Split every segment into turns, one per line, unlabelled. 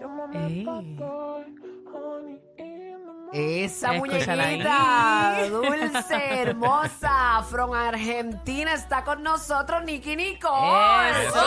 Sí.
Esa
Escúchala ahí.
muñequita dulce, hermosa, from Argentina, está con nosotros Nicky Nicole. Oh,
Eso.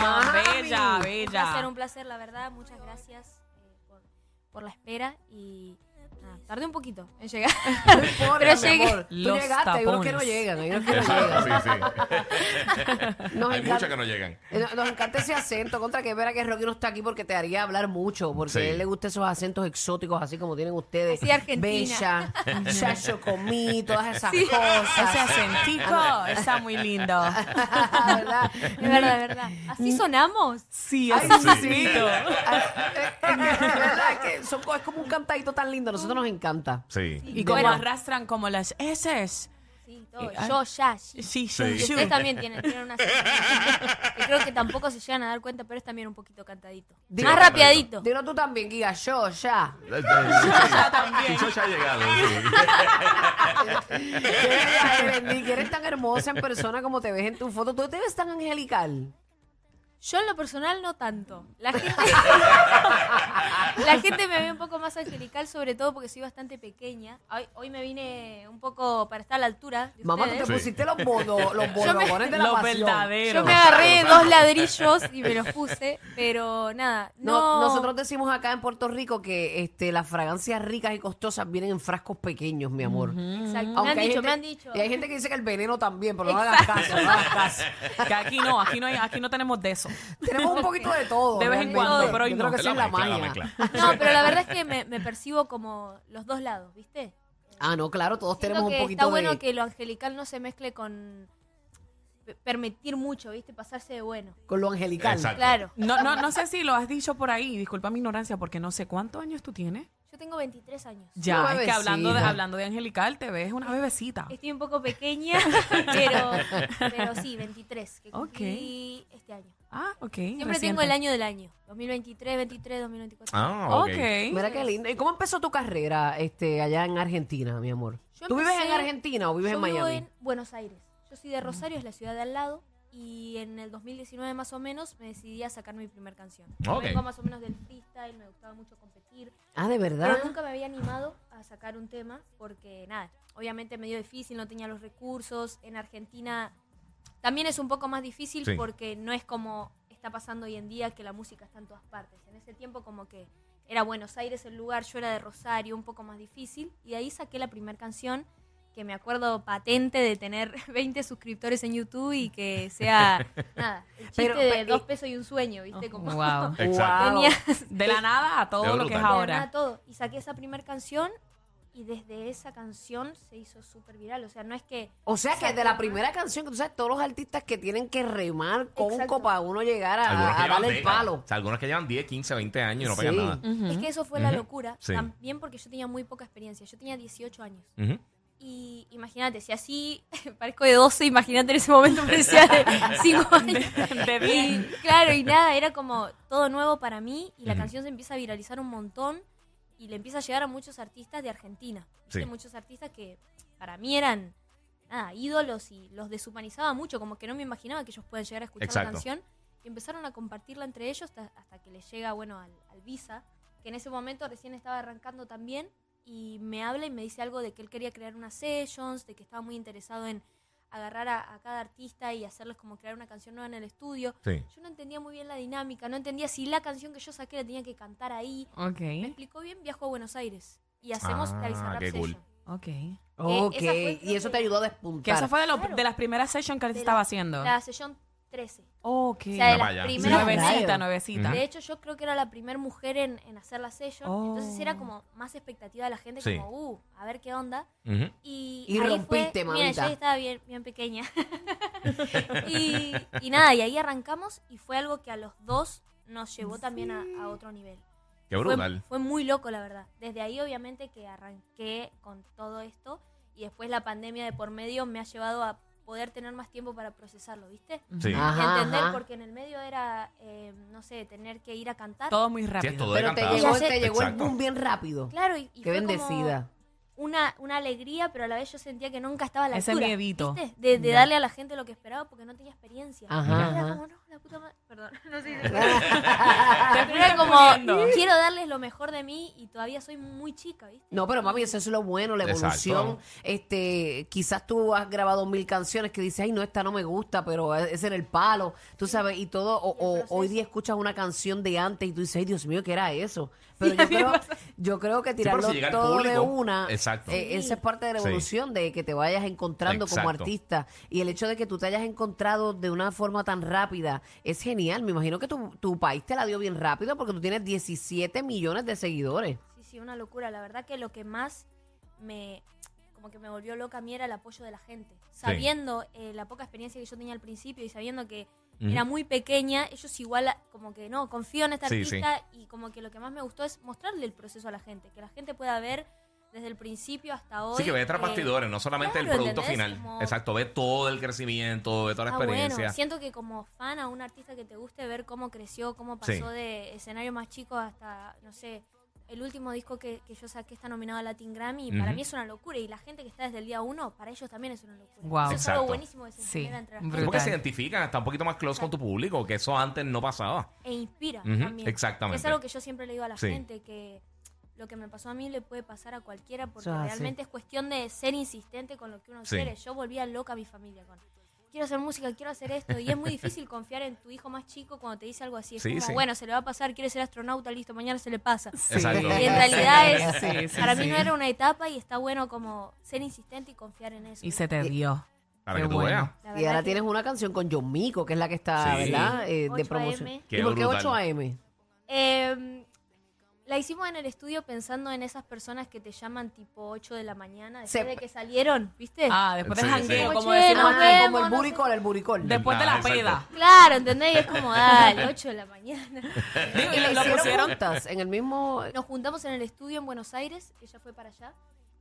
Mami.
Welcome. Bella,
Un placer,
bella.
un placer, la verdad. Muchas gracias eh, por, por la espera y nada, tardé un poquito en llegar.
No importa,
Pero
mi
llegué.
amor. Tú
Los
llegaste, hay unos que no
tapones.
llegan, hay unos que no
Exacto,
llegan.
sí, sí.
Nos
Hay
encanta-
muchas que no llegan.
Eh, no- Nos encanta ese acento, contra que verá que Rocky no está aquí porque te haría hablar mucho, porque
Sí.
a él le gustan esos acentos exóticos así como tienen ustedes.
Así Argentina.
Bella, chacho comí, todas esas
Sí.
cosas.
Ese acentico está muy lindo.
¿Verdad?
De verdad, de verdad. Así sonamos.
Sí,
Ay,
así
sí.
mismito.
Ay, eh, eh, de verdad es que son co- es como un cantadito tan lindo, a nosotros nos encanta.
Sí.
Y como
Bueno.
arrastran como las S.
Sí, todo.
Ah.
Yo, ya, sí.
Sí, sí,
Sí.
Y
sí.
Ustedes también tienen, tienen una sensación que creo que tampoco se llegan a dar cuenta, pero es también un poquito cantadito.
Sí,
Más
cantadito.
rapiadito.
Dilo tú también, Giga, yo, ya.
Sí, yo ya he llegado. sí.
Qué bella eres, Nicky, eres tan hermosa en persona como te ves en tu foto. Tú te ves tan angelical.
Yo en lo personal no tanto. La gente, la gente me ve un poco más angelical, sobre todo porque soy bastante pequeña. Hoy, hoy me vine un poco para estar a la altura. de
Mamá, tú te
ustedes.
Sí.
pusiste los bodo- los
Yo me-
bodones de la
Lo
pasión.
verdadero.
Yo me agarré dos ladrillos y me los puse, pero nada,
No,
no.
Nosotros decimos acá en Puerto Rico que este, las fragancias ricas y costosas vienen en frascos pequeños, mi amor.
Exacto. Me
Aunque
han
hay
dicho,
gente-
me han dicho.
Y hay gente que dice que el veneno también, pero no hagas caso, no hagas caso.
Que aquí no, aquí no, hay, aquí no tenemos de eso.
Tenemos un poquito de todo.
De vez en
realmente.
cuando, pero hoy
Yo creo
no.
que esa es la
mezcla,
magia.
mezcla.
No, pero la verdad es que me, me percibo como los dos lados, ¿viste?
Ah, no, claro, todos
Siento
tenemos un
que
poquito
está bueno
de...
que lo angelical no se mezcle con pe- permitir mucho, ¿viste? Pasarse de bueno.
Con lo angelical.
Exacto.
Claro.
No, no, no sé si lo has dicho por ahí, disculpa mi ignorancia, porque no sé cuántos años tú tienes.
Yo tengo 23 años.
Ya,
Una
es que hablando de,
bebecita.
hablando de Angelical, te ves una bebecita.
Estoy un poco pequeña, pero, pero sí, 23, que cumplí este año.
Ah, ok.
Siempre tengo el año del año. 2023, 23, 2024.
Ah, ok.
Ok.
Mira qué lindo. ¿Y cómo empezó tu carrera este, allá en Argentina, mi amor?
Yo
¿Tú vives en
empecé-
Argentina o vives
Yo
en
vivo
Miami?
en Buenos Aires. Yo soy de Rosario, es la ciudad de al lado. Y en el 2019 más o menos me decidí a sacar mi primera canción. Yo
Ok.
Vengo más o menos del freestyle, me gustaba mucho competir.
Ah, ¿de verdad?
Pero nunca me había animado a sacar un tema porque, nada, obviamente medio difícil, no tenía los recursos. En Argentina también es un poco más difícil
Sí.
porque no es como está pasando hoy en día que la música está en todas partes. En ese tiempo como que era Buenos Aires el lugar, yo era de Rosario, un poco más difícil. Y de ahí saqué la primera canción que me acuerdo patente de tener 20 suscriptores en YouTube y que sea, nada, el chiste
Pero,
de
pero-
dos pesos y un sueño, ¿viste? Como
Oh, Wow.
Exacto.
Wow.
tenía
De la nada a todo
De
lo que es
de la
brutal.
nada
ahora.
todo. Y saqué esa primera canción y desde esa canción se hizo súper viral. O sea, no es que...
O sea que de la primera canción, que tú sabes, todos los artistas que tienen que remar conco
Exacto.
para uno llegar a- a,
Algunos que llevan
darle el
décadas.
Ah, palo.
O sea, algunos que llevan 10, 15, 20 años y no
Sí.
pegan nada.
Es que eso fue la
Ujú.
locura.
Sí.
También porque yo tenía muy poca experiencia. Yo tenía 18 años.
Ujú.
Y imagínate, si así parezco de 12, imagínate en ese momento parecía de 5 años.
De
Y,
bien.
claro, y nada, era como todo nuevo para mí y la
Ujú.
canción se empieza a viralizar un montón y le empieza a llegar a muchos artistas de Argentina. ¿viste?
Sí.
Muchos artistas que para mí eran nada, ídolos y los deshumanizaba mucho, como que no me imaginaba que ellos puedan llegar a escuchar
Exacto.
la canción y empezaron a compartirla entre ellos hasta, hasta que les llega, bueno, al, al Visa, que en ese momento recién estaba arrancando también y me habla y me dice algo de que él quería crear unas sessions, de que estaba muy interesado en agarrar a, a cada artista y hacerles como crear una canción nueva en el estudio.
Sí.
Yo no entendía muy bien la dinámica, no entendía si la canción que yo saqué la tenía que cantar ahí. Me
Ok,
explicó bien, viajo a Buenos Aires y hacemos
Ah,
la Bizarrap
qué
Session.
cool.
ok.
Ok,
Eh, esa fue, creo
y eso
que-
te ayudó a
Que
despuntar.
eso fue de, lo-
Claro.
de las primeras sessions que él
De la-
estaba haciendo.
La sesión 13.
Ok.
O sea, de
Una
las
valla.
primeras mujeres.
Nuevecita,
Claro.
nuevecita.
De hecho, yo creo que era la primera mujer en, en hacer la session.
Oh.
Entonces era como más expectativa de la gente,
Sí.
como, uh, a ver qué onda.
Ujú.
Y,
Y
ahí
rompiste,
fue, Mira, yo
mamita.
ahí estaba bien, bien pequeña. y, y nada, y ahí arrancamos y fue algo que a los dos nos llevó también a, a otro nivel.
Qué
Fue-
brutal.
Fue, muy loco, la verdad. Desde ahí, obviamente, que arranqué con todo esto y después la pandemia de por medio me ha llevado a poder tener más tiempo para procesarlo, ¿viste?
Sí.
Ah.
Y
Ajá,
entender,
ajá.
porque en el medio era, eh, no sé, tener que ir a cantar.
Todo muy rápido.
todo de
Pero te
cantazo.
llegó,
Ya sé.
te llegó el
Exacto.
boom bien rápido.
Claro, y, y
Qué
fue como
bendecida.
Una, una alegría, pero a la vez yo sentía que nunca estaba a la
Ese
altura,
miedito.
¿viste? De, de
Ya.
darle a la gente lo que esperaba porque no tenía experiencia.
Ajá,
Era
ajá.
como, no, la puta madre. Perdón, no sé si se puede.
Te
Te
como,
aprendiendo.
quiero darles lo mejor de mí y todavía soy muy chica, ¿viste?
No, pero mami, eso es lo bueno, la
Exacto.
evolución. Este, quizás tú has grabado mil canciones que dices, ay, no, esta no me gusta, pero e, ese era el palo, tú sabes, y todo. O, o hoy día escuchas una canción de antes y tú dices, ay, Dios mío, ¿qué era eso? Pero yo, creo, yo creo que
pero
tirarlo
si llega al
todo de
público,
una,
exacto.
eh,
Sí.
esa es parte de la
Sí.
evolución, de que te vayas encontrando como
Exacto.
artista. Y el hecho de que tú te hayas encontrado de una forma tan rápida es genial. Me imagino que tu, tu país te la dio bien rápido porque tú tienes 17 millones de seguidores.
Sí, sí, una locura. La verdad que lo que más me como que me volvió loca a mí era el apoyo de la gente. Sabiendo eh, la poca experiencia que yo tenía al principio y sabiendo que
Ujú.
era muy pequeña, ellos igual a- como que no, confío en esta
Sí, sí.
artista y como que lo que más me gustó es mostrarle el proceso a la gente, que la gente pueda ver desde el principio hasta hoy.
Sí, que ve
eh,
tras bastidores, no solamente el
claro,
producto
¿entendés?
final.
Como-
Exacto, ve todo el crecimiento, ve toda la
Ah, bueno,
experiencia.
siento que como fan a un artista que te guste ver cómo creció, cómo
Sí.
pasó de escenario más chico hasta, no sé, el último disco que, que yo saqué está nominado a Latin Grammy y para
Ujú.
mí es una locura y la gente que está desde el día uno, para ellos también es una locura.
Guau.
Eso es
Exacto.
algo buenísimo de
Sí,
sentir entre la
brutal.
gente
porque se identifican, está un poquito más close con tu público, que eso antes no pasaba.
e inspira
Ujú,
también.
exactamente.
Es algo que yo siempre le digo a la
Sí.
gente que lo que me pasó a mí le puede pasar a cualquiera porque
Eso es así.
realmente es cuestión de ser insistente con lo que uno
Sí.
quiere. Yo volvía loca a mi familia con quiero hacer música, quiero hacer esto y es muy difícil confiar en tu hijo más chico cuando te dice algo así. Es
Sí,
como,
sí.
bueno, se le va a pasar, quiere ser astronauta, listo, mañana se le pasa.
Exacto.
Y en realidad
Sí,
es
sí, sí,
para mí
sí.
no era una etapa y está bueno como ser insistente y confiar en eso.
Y se
¿no?
te dio.
Para
Qué
que tú
bueno.
veas.
La
Y
verdad
ahora
que-
tienes una canción con John Mico, que es la que está,
Sí.
¿verdad? Eh, de
8
promoción.
AM.
Qué
¿Y por qué
brutal.
8 AM?
Eh, la hicimos en el estudio pensando en esas personas que te llaman tipo 8 de la mañana, después
Se-
de que salieron, ¿viste?
Ah, después
Sí,
de jangueo,
sí.
como
Che,
decimos
nos
aquí.
Ah,
vemos,
como el
no sé.
buricol, el buricol.
Después de
Ah,
la
exacto.
peda.
Claro, ¿entendés? Y es como, dale, 8 de la mañana.
Digo,
Y
y
la
lo, lo
hicieron
pusieron.
juntas, en el mismo...
Nos juntamos en el estudio en Buenos Aires, ella fue para allá,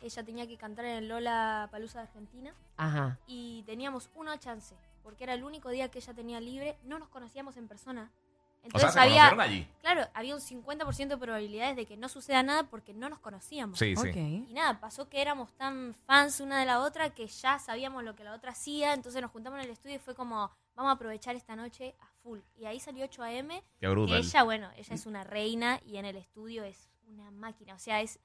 ella tenía que cantar en el Lola Palusa de Argentina
Ajá.
y teníamos una chance, porque era el único día que ella tenía libre, no nos conocíamos en persona.
O sea,
Entonces
se
había,
conocieron allí.
claro, había un 50% de probabilidades de que no suceda nada porque no nos conocíamos.
Sí, sí.
Ok.
Y nada, pasó que éramos tan fans una de la otra que ya sabíamos lo que la otra hacía, entonces nos juntamos en el estudio y fue como, vamos a aprovechar esta noche a full. Y ahí salió 8 AM,
Qué
que
brutal.
ella, bueno, ella es una reina y en el estudio es una máquina, o sea, es,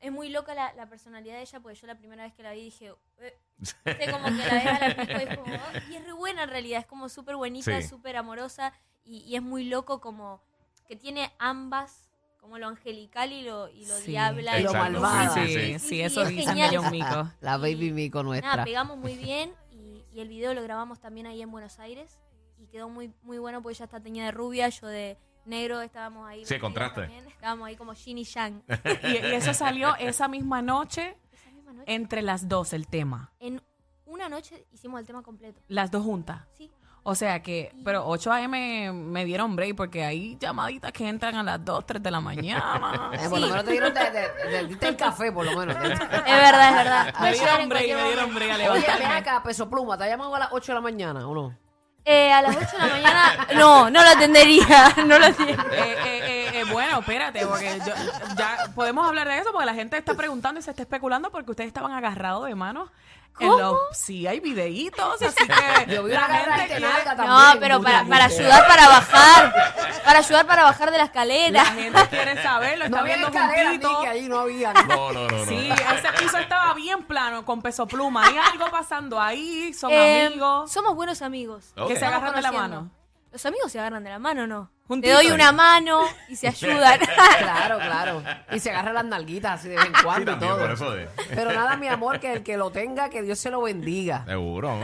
es muy loca la, la personalidad de ella, porque yo la primera vez que la vi dije, eh, viste, como que la ves a la pipa y es como, "Ah", y es re buena en realidad, es como súper bonita,
Sí.
súper amorosa y, y es muy loco como que tiene ambas, como lo angelical y lo, y lo
Sí.
diabla.
Y lo
como-
malvada.
Sí, sí,
Sí,
sí,
sí,
sí,
eso
es
dicen de
genial.
John Mico.
La baby
Y-
Mico
Nada,
nuestra.
pegamos muy bien y, y el video lo grabamos también ahí en Buenos Aires y quedó muy muy bueno porque ella está teñida de rubia, yo de negro, estábamos ahí.
Sí,
vestidas
contraste.
también, Estábamos ahí como Yin y Yang.
Y, y eso salió esa misma noche
Esa misma noche,
entre las dos, el tema.
en una noche hicimos el tema completo.
Las dos juntas.
Sí,
O sea que, pero 8 a.m. me dieron break porque hay llamaditas que entran a las 2, 3 de la mañana.
Eh, por lo
Sí.
menos te dieron de- de- de- diste el café, por lo menos.
es verdad, es verdad.
Me
Puede llegar
dieron
en
break,
cualquier
me dieron
momento.
break a
Oye, ven
levantarme.
acá, Peso Pluma, ¿te ha llamado a las 8 de la mañana o no?
Eh, a las 8 de la mañana, no, no lo atendería, no lo atendería.
Eh, eh, eh, eh, bueno, espérate, porque yo- ya podemos hablar de eso porque la gente está preguntando y se está especulando porque ustedes estaban agarrados de manos. en los- sí, hay videitos, así que
Yo vi
la
una garra
gente
de
quiere-
nalga
No,
también.
pero para,
Muy
para
bien.
ayudar para bajar, para ayudar para bajar de la
la
escalera.
gente quiere saber, lo
No
está
había
viendo
escalera,
juntito.
ni que ahí no había.
No, no, no. no.
Sí, ese piso estaba bien plano con peso pluma. Hay algo pasando ahí, son
Eh,
amigos.
Somos buenos amigos.
Ok.
Que se agarran de la
Conociendo.
mano.
Los amigos se agarran de la mano, ¿no?
Juntitos.
Te doy una mano y se ayudan.
Claro, claro. Y se agarra las nalguitas así de vez en cuando
Sí,
y
también,
todo.
por eso de.
Pero nada, mi amor, que el que lo tenga, que Dios se lo bendiga.
Seguro.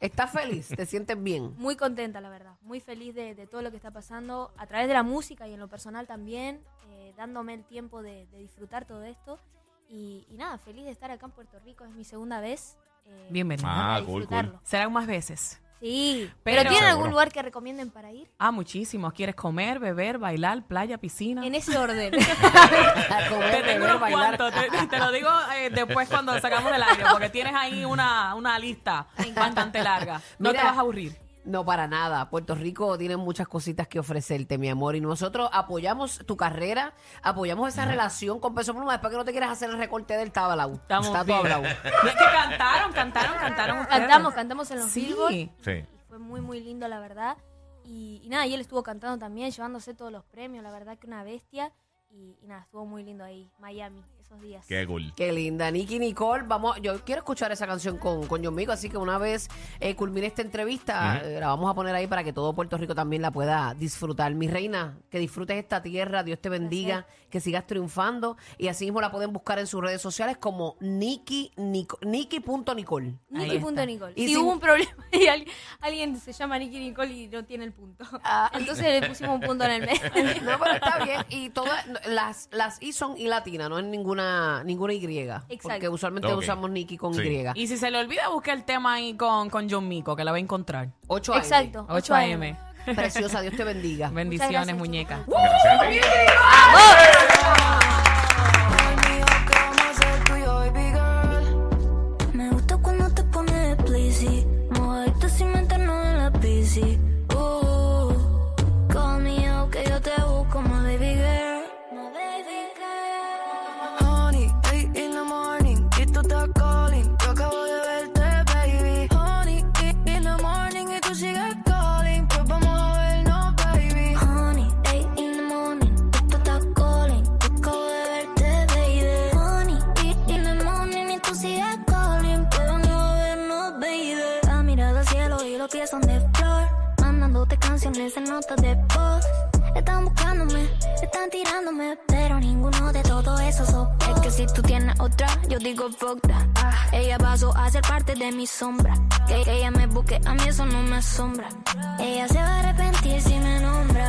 ¿Estás feliz? ¿Te sientes bien?
Muy contenta, la verdad. Muy feliz de, de todo lo que está pasando a través de la música y en lo personal también, eh, dándome el tiempo de, de disfrutar todo esto. Y, y nada, feliz de estar acá en Puerto Rico. Es mi segunda vez. eh,
Bienvenida.
Ah,
a
cool, cool.
disfrutarlo.
Serán más veces.
Sí.
Pero-
Pero, ¿tienen
Seguro.
algún lugar que recomienden para ir?
Ah, muchísimos. ¿Quieres comer, beber, bailar, playa, piscina?
En ese orden.
A comer,
Te tengo
beber,
unos cuantos, te, te lo digo eh, después cuando sacamos el aire, porque tienes ahí una, una lista bastante larga. No
Mira.
te vas a aburrir.
No, para nada. Puerto Rico tiene muchas cositas que ofrecerte, mi amor. Y nosotros apoyamos tu carrera, apoyamos esa relación con Peso Pluma. Después que no te quieras hacer el recorte del tabalao.
Estamos
Está todo
bien.
hablado.
No, es que cantaron, cantaron, cantaron. ustedes.
cantamos, cantamos en los
Sí.
Billboard.
Sí.
y fue muy muy lindo la verdad Y, y nada, y él estuvo cantando también, llevándose todos los premios, la verdad que una bestia. Y, y nada, estuvo muy lindo ahí, Miami, esos días.
Qué cool.
Qué linda, Nicky Nicole. Vamos, yo quiero escuchar esa canción con, con John Mico, así que una vez eh, culmine esta entrevista, eh, la vamos a poner ahí para que todo Puerto Rico también la pueda disfrutar. Mi reina, que disfrutes esta tierra, Dios te bendiga, que sigas triunfando. Y así mismo la pueden buscar en sus redes sociales como Nicky Nico- Nicky.Nicole.
Ahí
Nicky
está.
punto Nicole.
Y
Si
sin-
hubo un problema y al- alguien se llama Nicky Nicole y no tiene el punto. Entonces le pusimos un punto en el medio.
Ah. No, pero está bien. Y todas las, las I son y latina, no es ninguna, ninguna Y. Porque usualmente
Ok.
usamos Nicky con
Sí.
Y.
Y si se le olvida, busque el tema ahí con, con John Mico, que la va a encontrar.
8
Exacto.
8 AM.
Preciosa, Dios te bendiga.
Bendiciones,
gracias,
muñeca.
Gracias a ti.
Me gusta cuando te pones de pleasy. Mojarte sin meternos en la bici. Uh, call me out que yo te busco, my baby girl. My baby girl.
Honey, eight in the morning, y tú estás calling. Yo acabo de verte, baby. Honey, eight in the morning, y tú sigues calling. Pues vamos a vernos, baby.
Honey, eight in the morning. Tú estás calling. Yo acabo de verte, baby. Honey, eight in the morning. Y tú sigues calling. Pero no vernos, baby. La mirada al cielo y los pies son de flor. Mandándote canciones en notas de voz. Están buscándome, están tirándome. Pero ninguno de todo eso sos vos. Es que si tú tienes otra, yo digo fuck that. Ah, Ella pasó a ser parte de mi sombra. Que, que ella me busque, a mí eso no me asombra. Ella se va a arrepentir si me nombra.